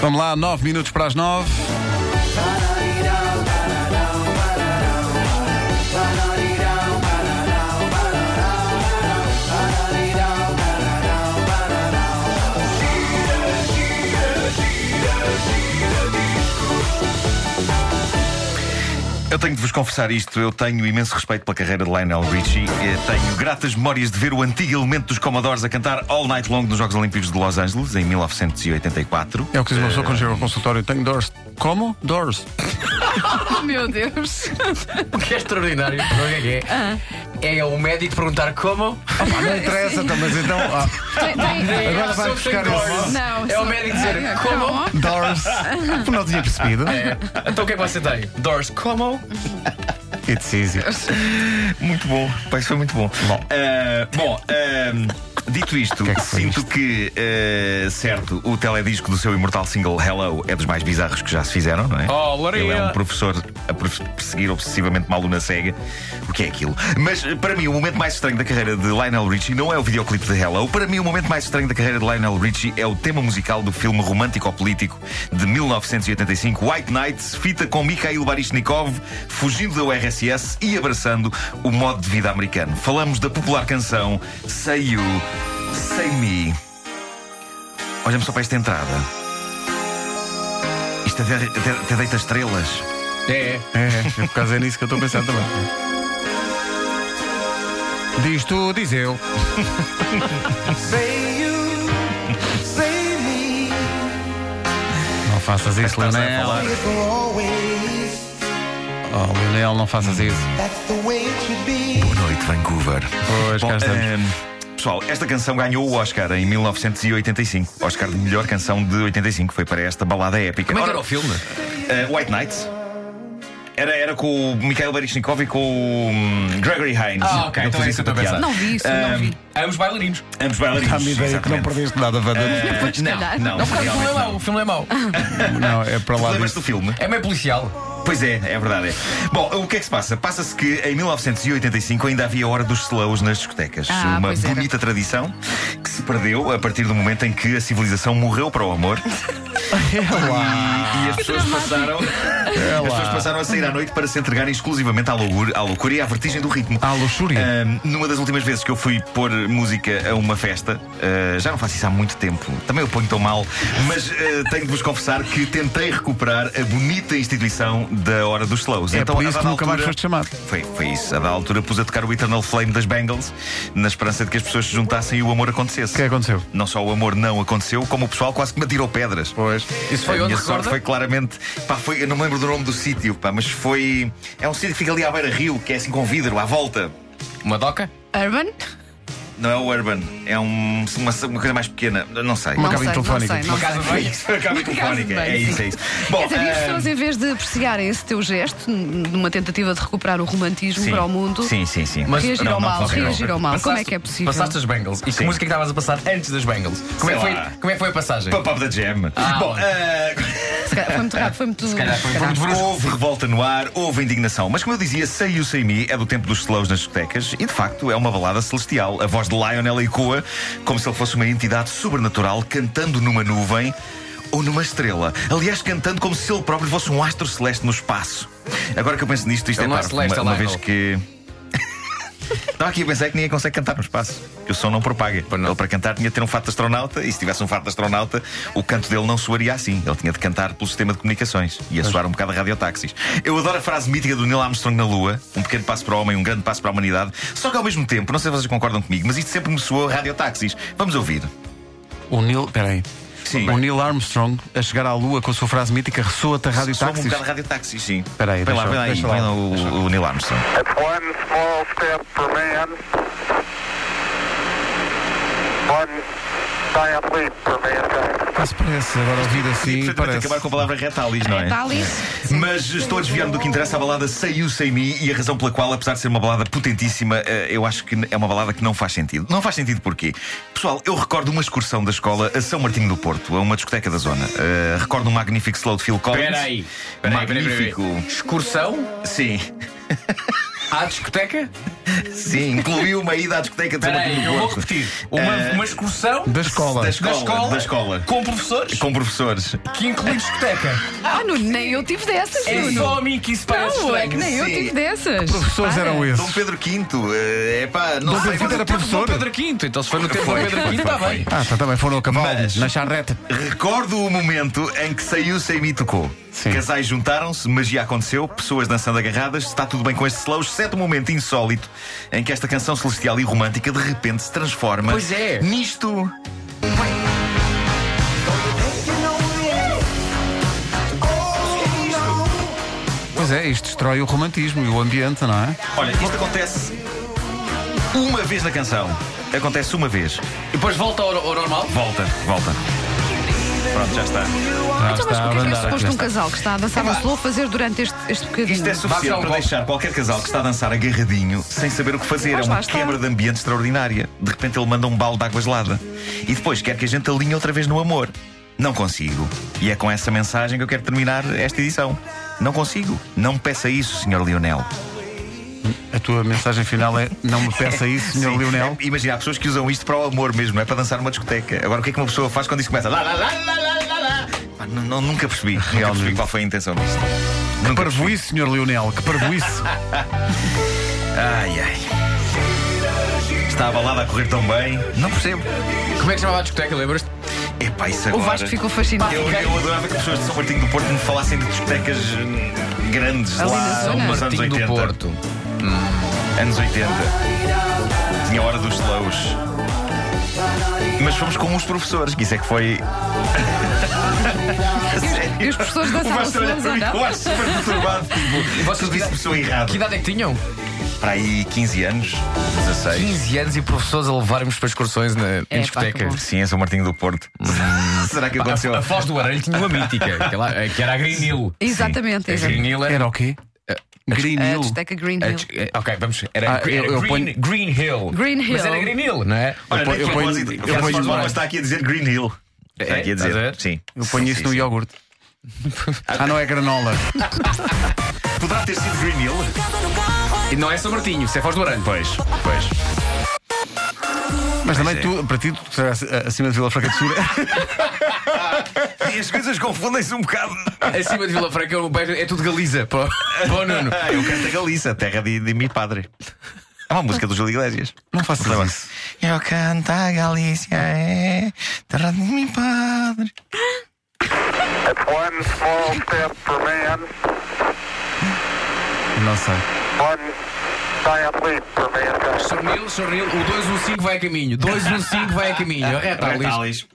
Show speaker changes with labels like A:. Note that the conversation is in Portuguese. A: Vamos lá, 9 minutos para as 9.
B: Eu tenho de vos confessar isto, eu tenho imenso respeito pela carreira de Lionel Richie. Eh, Tenho gratas memórias de ver o antigo elemento dos Commodores a cantar All Night Long nos Jogos Olímpicos de Los Angeles, em 1984.
A: É o que diz uma pessoa quando chega ao consultório. Tenho dores. Como? Dores.
C: Oh, meu Deus.
D: O que é extraordinário, não é que é?
C: Ah.
D: É o médico perguntar como.
A: Não interessa, então, mas então. ah,
C: Tem- tem-
A: Agora
D: a
A: vai
D: pessoa que tem
A: buscar
D: dores.
A: esse-
C: É. Não,
D: É o
C: sou- Ah.
D: médico dizer como.
A: Doors. Não tinha percebido.
D: Então o que é que você tem? Doors, como?
A: It's easy.
B: Muito bom, pois foi muito bom.
A: Bom.
B: Ah, bom ahm, dito isto,
A: que é que foi
B: sinto que, ah, certo, o teledisco do seu imortal single Hello é dos mais bizarros que já se fizeram, não é?
D: Oh, Maria!
B: Ele é um professor a perse- perseguir obsessivamente uma aluna cega. O que é aquilo? Mas para mim, o momento mais estranho da carreira de Lionel Richie não é o videoclipe de Hello. Para mim, o momento mais estranho da carreira de Lionel Richie é o tema musical do filme romântico-político de 1985, White Nights, fita com Mikhail Baryshnikov, fugindo da URSS e abraçando o modo de vida americano. Falamos da popular canção Say You, Say Me. Olha-me só para esta entrada. Isto até, até, até deita estrelas.
D: É.
A: É, é por causa é nisso que eu estou pensando também. Diz tu, diz eu. Não faças isso,
B: Estás a
A: Leonel.
B: falar.
A: Oh, Leonel, não faças isso.
B: Boa noite, Vancouver.
A: Pois,
B: Bom,
A: cá estamos.
B: ehm, pessoal, esta canção ganhou o Oscar em 1985. Oscar de melhor canção de 85 foi para esta balada épica.
D: Como é que
B: Ora,
D: era o filme?
B: eh, White Nights. Era, era com o Mikhail Baryshnikov e com o hum, Gregory Hines.
D: Ah, ok,
B: Não
D: então
B: fiz isso
D: é isso que eu
B: para
D: estou a
B: piada.
C: Não vi isso, não vi.
D: é. Ambos bailarinos.
B: Ambos bailarinos.
A: Dá-me ideia que não
B: exatamente.
A: perdeste nada, Wanda.
C: Pois, se calhar. Ah.
B: não, não,
D: Não, porque o filme é
B: realmente
D: mau.
B: não.
D: O filme é mau.
A: Não, é para lá
B: Lembras
A: disso.
B: do filme?
D: É meio policial.
B: Pois é, é verdade. é. Bom, o que é que se passa? Passa-se que em 1985 ainda havia a hora dos slows nas discotecas.
C: Ah,
B: uma
C: pois era.
B: bonita tradição que se perdeu a partir do momento em que a civilização morreu para o amor. E, e as, pessoas passaram,
C: É
B: as pessoas passaram a sair à noite para se entregarem exclusivamente à loucura, à loucura e à vertigem do ritmo.
A: À Ah, luxúria.
B: Ahm, numa das últimas vezes que eu fui pôr música a uma festa, ah, já não faço isso há muito tempo, também eu ponho tão mal, mas ah, tenho de vos confessar que tentei recuperar a bonita instituição da hora dos slows. Então,
A: É por
B: a
A: isso que
B: dada
A: nunca mais
B: altura-
A: foste chamado.
B: Foi, foi isso. A dada altura pus a tocar o Eternal Flame das Bengals, na esperança de que as pessoas se juntassem e o amor acontecesse.
A: O que é que aconteceu?
B: Não só o amor não aconteceu, como o pessoal quase que me atirou pedras.
A: Pois.
D: Isso foi
B: a
D: onde
B: minha sorte
D: recorda?
B: foi claramente. Pá, foi, eu não me lembro do nome do sítio, pá, mas foi. É um sítio que fica ali à beira-rio, que é assim com vidro, à volta.
D: Uma doca?
C: Urban?
B: Não é o Urban, é um- uma, uma coisa mais pequena, não sei.
A: Uma
C: Não
A: cabine
C: sei, não
A: telefónica.
C: sei, não
D: Uma casa de banho?
B: Isso foi a cabine telefónica,
C: Obrigado,
B: é
C: bem,
B: isso,
C: sim.
B: é isso. Bom,
C: Quer dizer, e as
B: ah,
C: pessoas, em vez de apreciarem esse teu gesto, n- numa tentativa de recuperar o romantismo
B: sim.
C: para o mundo,
B: Sim, sim, sim.
D: Mas-
C: reagir
B: não,
C: ao
B: não
C: mal,
B: funcionou.
C: reagir ao mal. Como é que é possível?
D: Passaste as Bengals. E que
B: Sim.
D: música é que estavas a passar antes das Bengals? Como é, que
B: Sei
D: foi,
B: lá.
D: como é que foi a passagem?
B: Pop Up da Jam.
D: Ah,
B: Bom,
D: ok.
B: ah,
C: Se calhar Foi muito rápido, foi muito.
D: calhar foi- foi muito brusco.
B: houve revolta no ar, houve indignação. Mas como eu dizia, Say You Say Me é do tempo dos slows nas discotecas e de facto é uma balada celestial. A voz de Lionel ecoa como se ele fosse uma entidade sobrenatural cantando numa nuvem ou numa estrela. Aliás, cantando como se ele próprio fosse um astro celeste no espaço. Agora que eu penso nisto, isto
D: Ele
B: é
D: não é
B: parvo,
D: celeste,
B: uma, uma
D: Lionel.
B: vez que. Estava aqui a pensar que ninguém consegue cantar no espaço, que o som não propaga. Ele para cantar tinha de ter um fato de astronauta e se tivesse um fato de astronauta, o canto dele não soaria assim. Ele tinha de cantar pelo sistema de comunicações. Ia soar um bocado a radiotáxis. Eu adoro a frase mítica do Neil Armstrong na Lua: um pequeno passo para o homem, um grande passo para a humanidade. Só que ao mesmo tempo, não sei se vocês concordam comigo, mas isto sempre me soou a radiotáxis. Vamos ouvir.
A: O Neil. Peraí.
B: Sim.
A: O Neil Armstrong a chegar à lua com a sua frase mítica ressoa-te a rádio
B: Soa um
A: táxis.
B: bocado a radiotáxis, sim.
A: Espera aí,
B: Vem lá,
A: deixa-
B: vem lá, aí,
A: deixa lá.
B: vem lá o, o Neil Armstrong.
E: It's one small step for man, one giant leap for mankind.
A: Quase parece, agora ouvido assim,
B: Perfeitamente
A: parece.
B: acabar com a palavra retalis, não é?
C: Está ali.
B: Mas estou a desviar-me do que interessa. A balada saiu sem mim e a razão pela qual, apesar de ser uma balada potentíssima, eh, eu acho que é uma balada que não faz sentido. Não faz sentido porquê? Pessoal, eu recordo uma excursão da escola a São Martinho do Porto, a uma discoteca da zona. Eh, recordo um magnífico slow de Phil Collins.
D: Espera aí. Espera aí, espera aí, espera aí.
B: Magnífico.
D: Excursão
B: Sim.
D: à discoteca?
B: Sim, incluiu uma ida à discoteca de
D: Espera
B: Santa
D: aí,
B: Cruz do
D: eu vou
B: Porto.
D: repetir. Uma,
B: Eh,
D: uma excursão
A: Da escola.
B: Da
D: da
B: escola,
D: escola,
B: da escola.
D: com professores
B: Com professores.
D: que inclui discoteca.
C: Ah, Nuno, nem eu tive dessas,
D: É
C: Nuno.
D: só a mim que isso parece
C: Não, é
D: estranho.
C: que nem eu
B: Sim.
C: tive dessas.
A: Professores
C: Para.
A: eram esses.
B: Dom Pedro V, eh, epá, não
A: Dom
B: sei.
A: Pedro V era professor.
D: Pedro Quinto, então se foi no tempo do
B: Foi,
D: Pedro
B: foi,
D: Quinto,
B: foi,
D: está
B: foi.
D: bem.
A: Ah, tá, também foram a cavalo,
B: Mas-
A: na charrete.
B: Recordo o momento em que saiu sem me tocou.
A: Sim.
B: Casais juntaram-se, magia aconteceu, pessoas dançando agarradas, está tudo bem com este slow, exceto o momento insólito em que esta canção celestial e romântica de repente se transforma
D: Pois é.
B: nisto.
A: Pois é, isto destrói o romantismo e o ambiente, não é?
B: Olha, isto acontece uma vez na canção. Acontece uma vez.
D: E depois volta ao, ao normal.
B: Volta, volta. Pronto, já está.
C: Então, mas
A: a
C: porquê é que é
A: andar,
C: suposto
A: já
C: um casal que está a dançar um slow fazer durante este, este bocadinho?
B: Isto é
D: Basta um
B: suficiente para
D: golpe.
B: deixar qualquer casal que está a dançar agarradinho sem saber o que fazer.
C: Mas
B: é uma
C: lá está.
B: quebra de ambiente extraordinária. De repente ele manda um balde de água gelada. E depois quer que a gente alinhe outra vez no amor. Não consigo. E é com essa mensagem que eu quero terminar esta edição. Não consigo. Não me peça isso, Sr. Lionel.
A: A tua mensagem final é: não me peça isso, Sr.
B: Sim,
A: Leonel.
B: é- imagina, há pessoas que usam isto para o amor mesmo, não é para dançar numa discoteca. Agora o que é que uma pessoa faz quando isso começa? Lá, lá, lá, lá, lá, lá, lá. Pá, n- não, nunca percebi. Nunca percebi qual foi a intenção disto.
A: Que
B: Nunca percebi.
A: parvoíce, Sr. Leonel, que parvoíce.
B: Ai, ai. Está a balada a correr tão bem. Não percebo.
D: Como é que chamava a discoteca, lembras-te?
B: Epá, isso
C: O
B: agora.
C: Vasco ficou fascinado.
B: Eu, eu adorava que pessoas de São Martinho do Porto me falassem de discotecas hum, grandes
C: Ali na
B: lá
C: Ah, zona.
B: nos anos
D: Martinho
B: 80.
D: do Porto.
B: Anos 80. Tinha a hora dos slows. Mas fomos com uns professores, que isso é que foi. A sério.
C: E os professores
B: O
C: dançaram
B: Vasco olha
C: slows
B: para mim
C: ou
B: com
C: não?
B: ar super perturbado. Tipo,
D: vocês
B: tu disse
D: que-
B: pessoa errada.
D: Que idade é que tinham?
B: Para aí 15 anos, 16.
D: 15 anos e professores a levarmos para excursões na,
C: É,
D: em
C: pá, que
D: discoteca.
C: bom.
B: Sim, em São Martinho do Porto.
C: Hum.
B: Será que aconteceu?
D: a, a Foz do Arelho tinha uma mítica, que, lá- eh, que era a Greenil.
C: Exatamente,
D: A
C: exatamente.
D: Greenil era.
A: Era o quê? Green
C: A
A: Hill.
C: discoteca Green
D: eh,
C: Hill.
D: dis- eh, Ok, vamos. Era,
A: Ah,
D: gre-
A: eu-
D: era
A: eu
D: green,
A: ponho-
D: Green Hill.
C: Green Hill.
D: Mas era Green Hill, não é?
B: Olha,
A: ponho-
B: nem
A: eu ponho-
B: propósito,
A: eu
B: o Vasco
A: ponho-
B: Fernandes Borba está aqui a dizer Green Hill. Está aqui a
D: É, estás a
B: dizer.
D: ver?
B: Sim.
A: Eu ponho
B: Sim,
A: isso
B: sim,
A: no
B: sim.
A: iogurte. Ah, não é granola.
B: Poderá ter sido Green Hill?
D: E não é São Martinho, isso é Foz do Arelho.
B: Pois, pois.
A: Mas também
B: é.
A: tu, para ti, tu serás ah, acima de Vila Franca de Sura.
B: E as coisas confundem-se um bocado.
D: Acima de Vila Franca o bairro é tudo Galiza para o- para o Nuno.
B: Ah, eu canto a Galiza, terra de, de mi padre. É uma música do Júlio Iglesias.
A: Não faças
B: Tá bem.
A: isso.
B: Eu canto a Galícia, é terra de mi padre.
E: It's one small step for man,
A: Não sei.
E: one giant leap for mankind.
D: Sornil, um É Sornil, o 215 vai a caminho. 215 vai a caminho. Reta, Alice.
B: Retalis.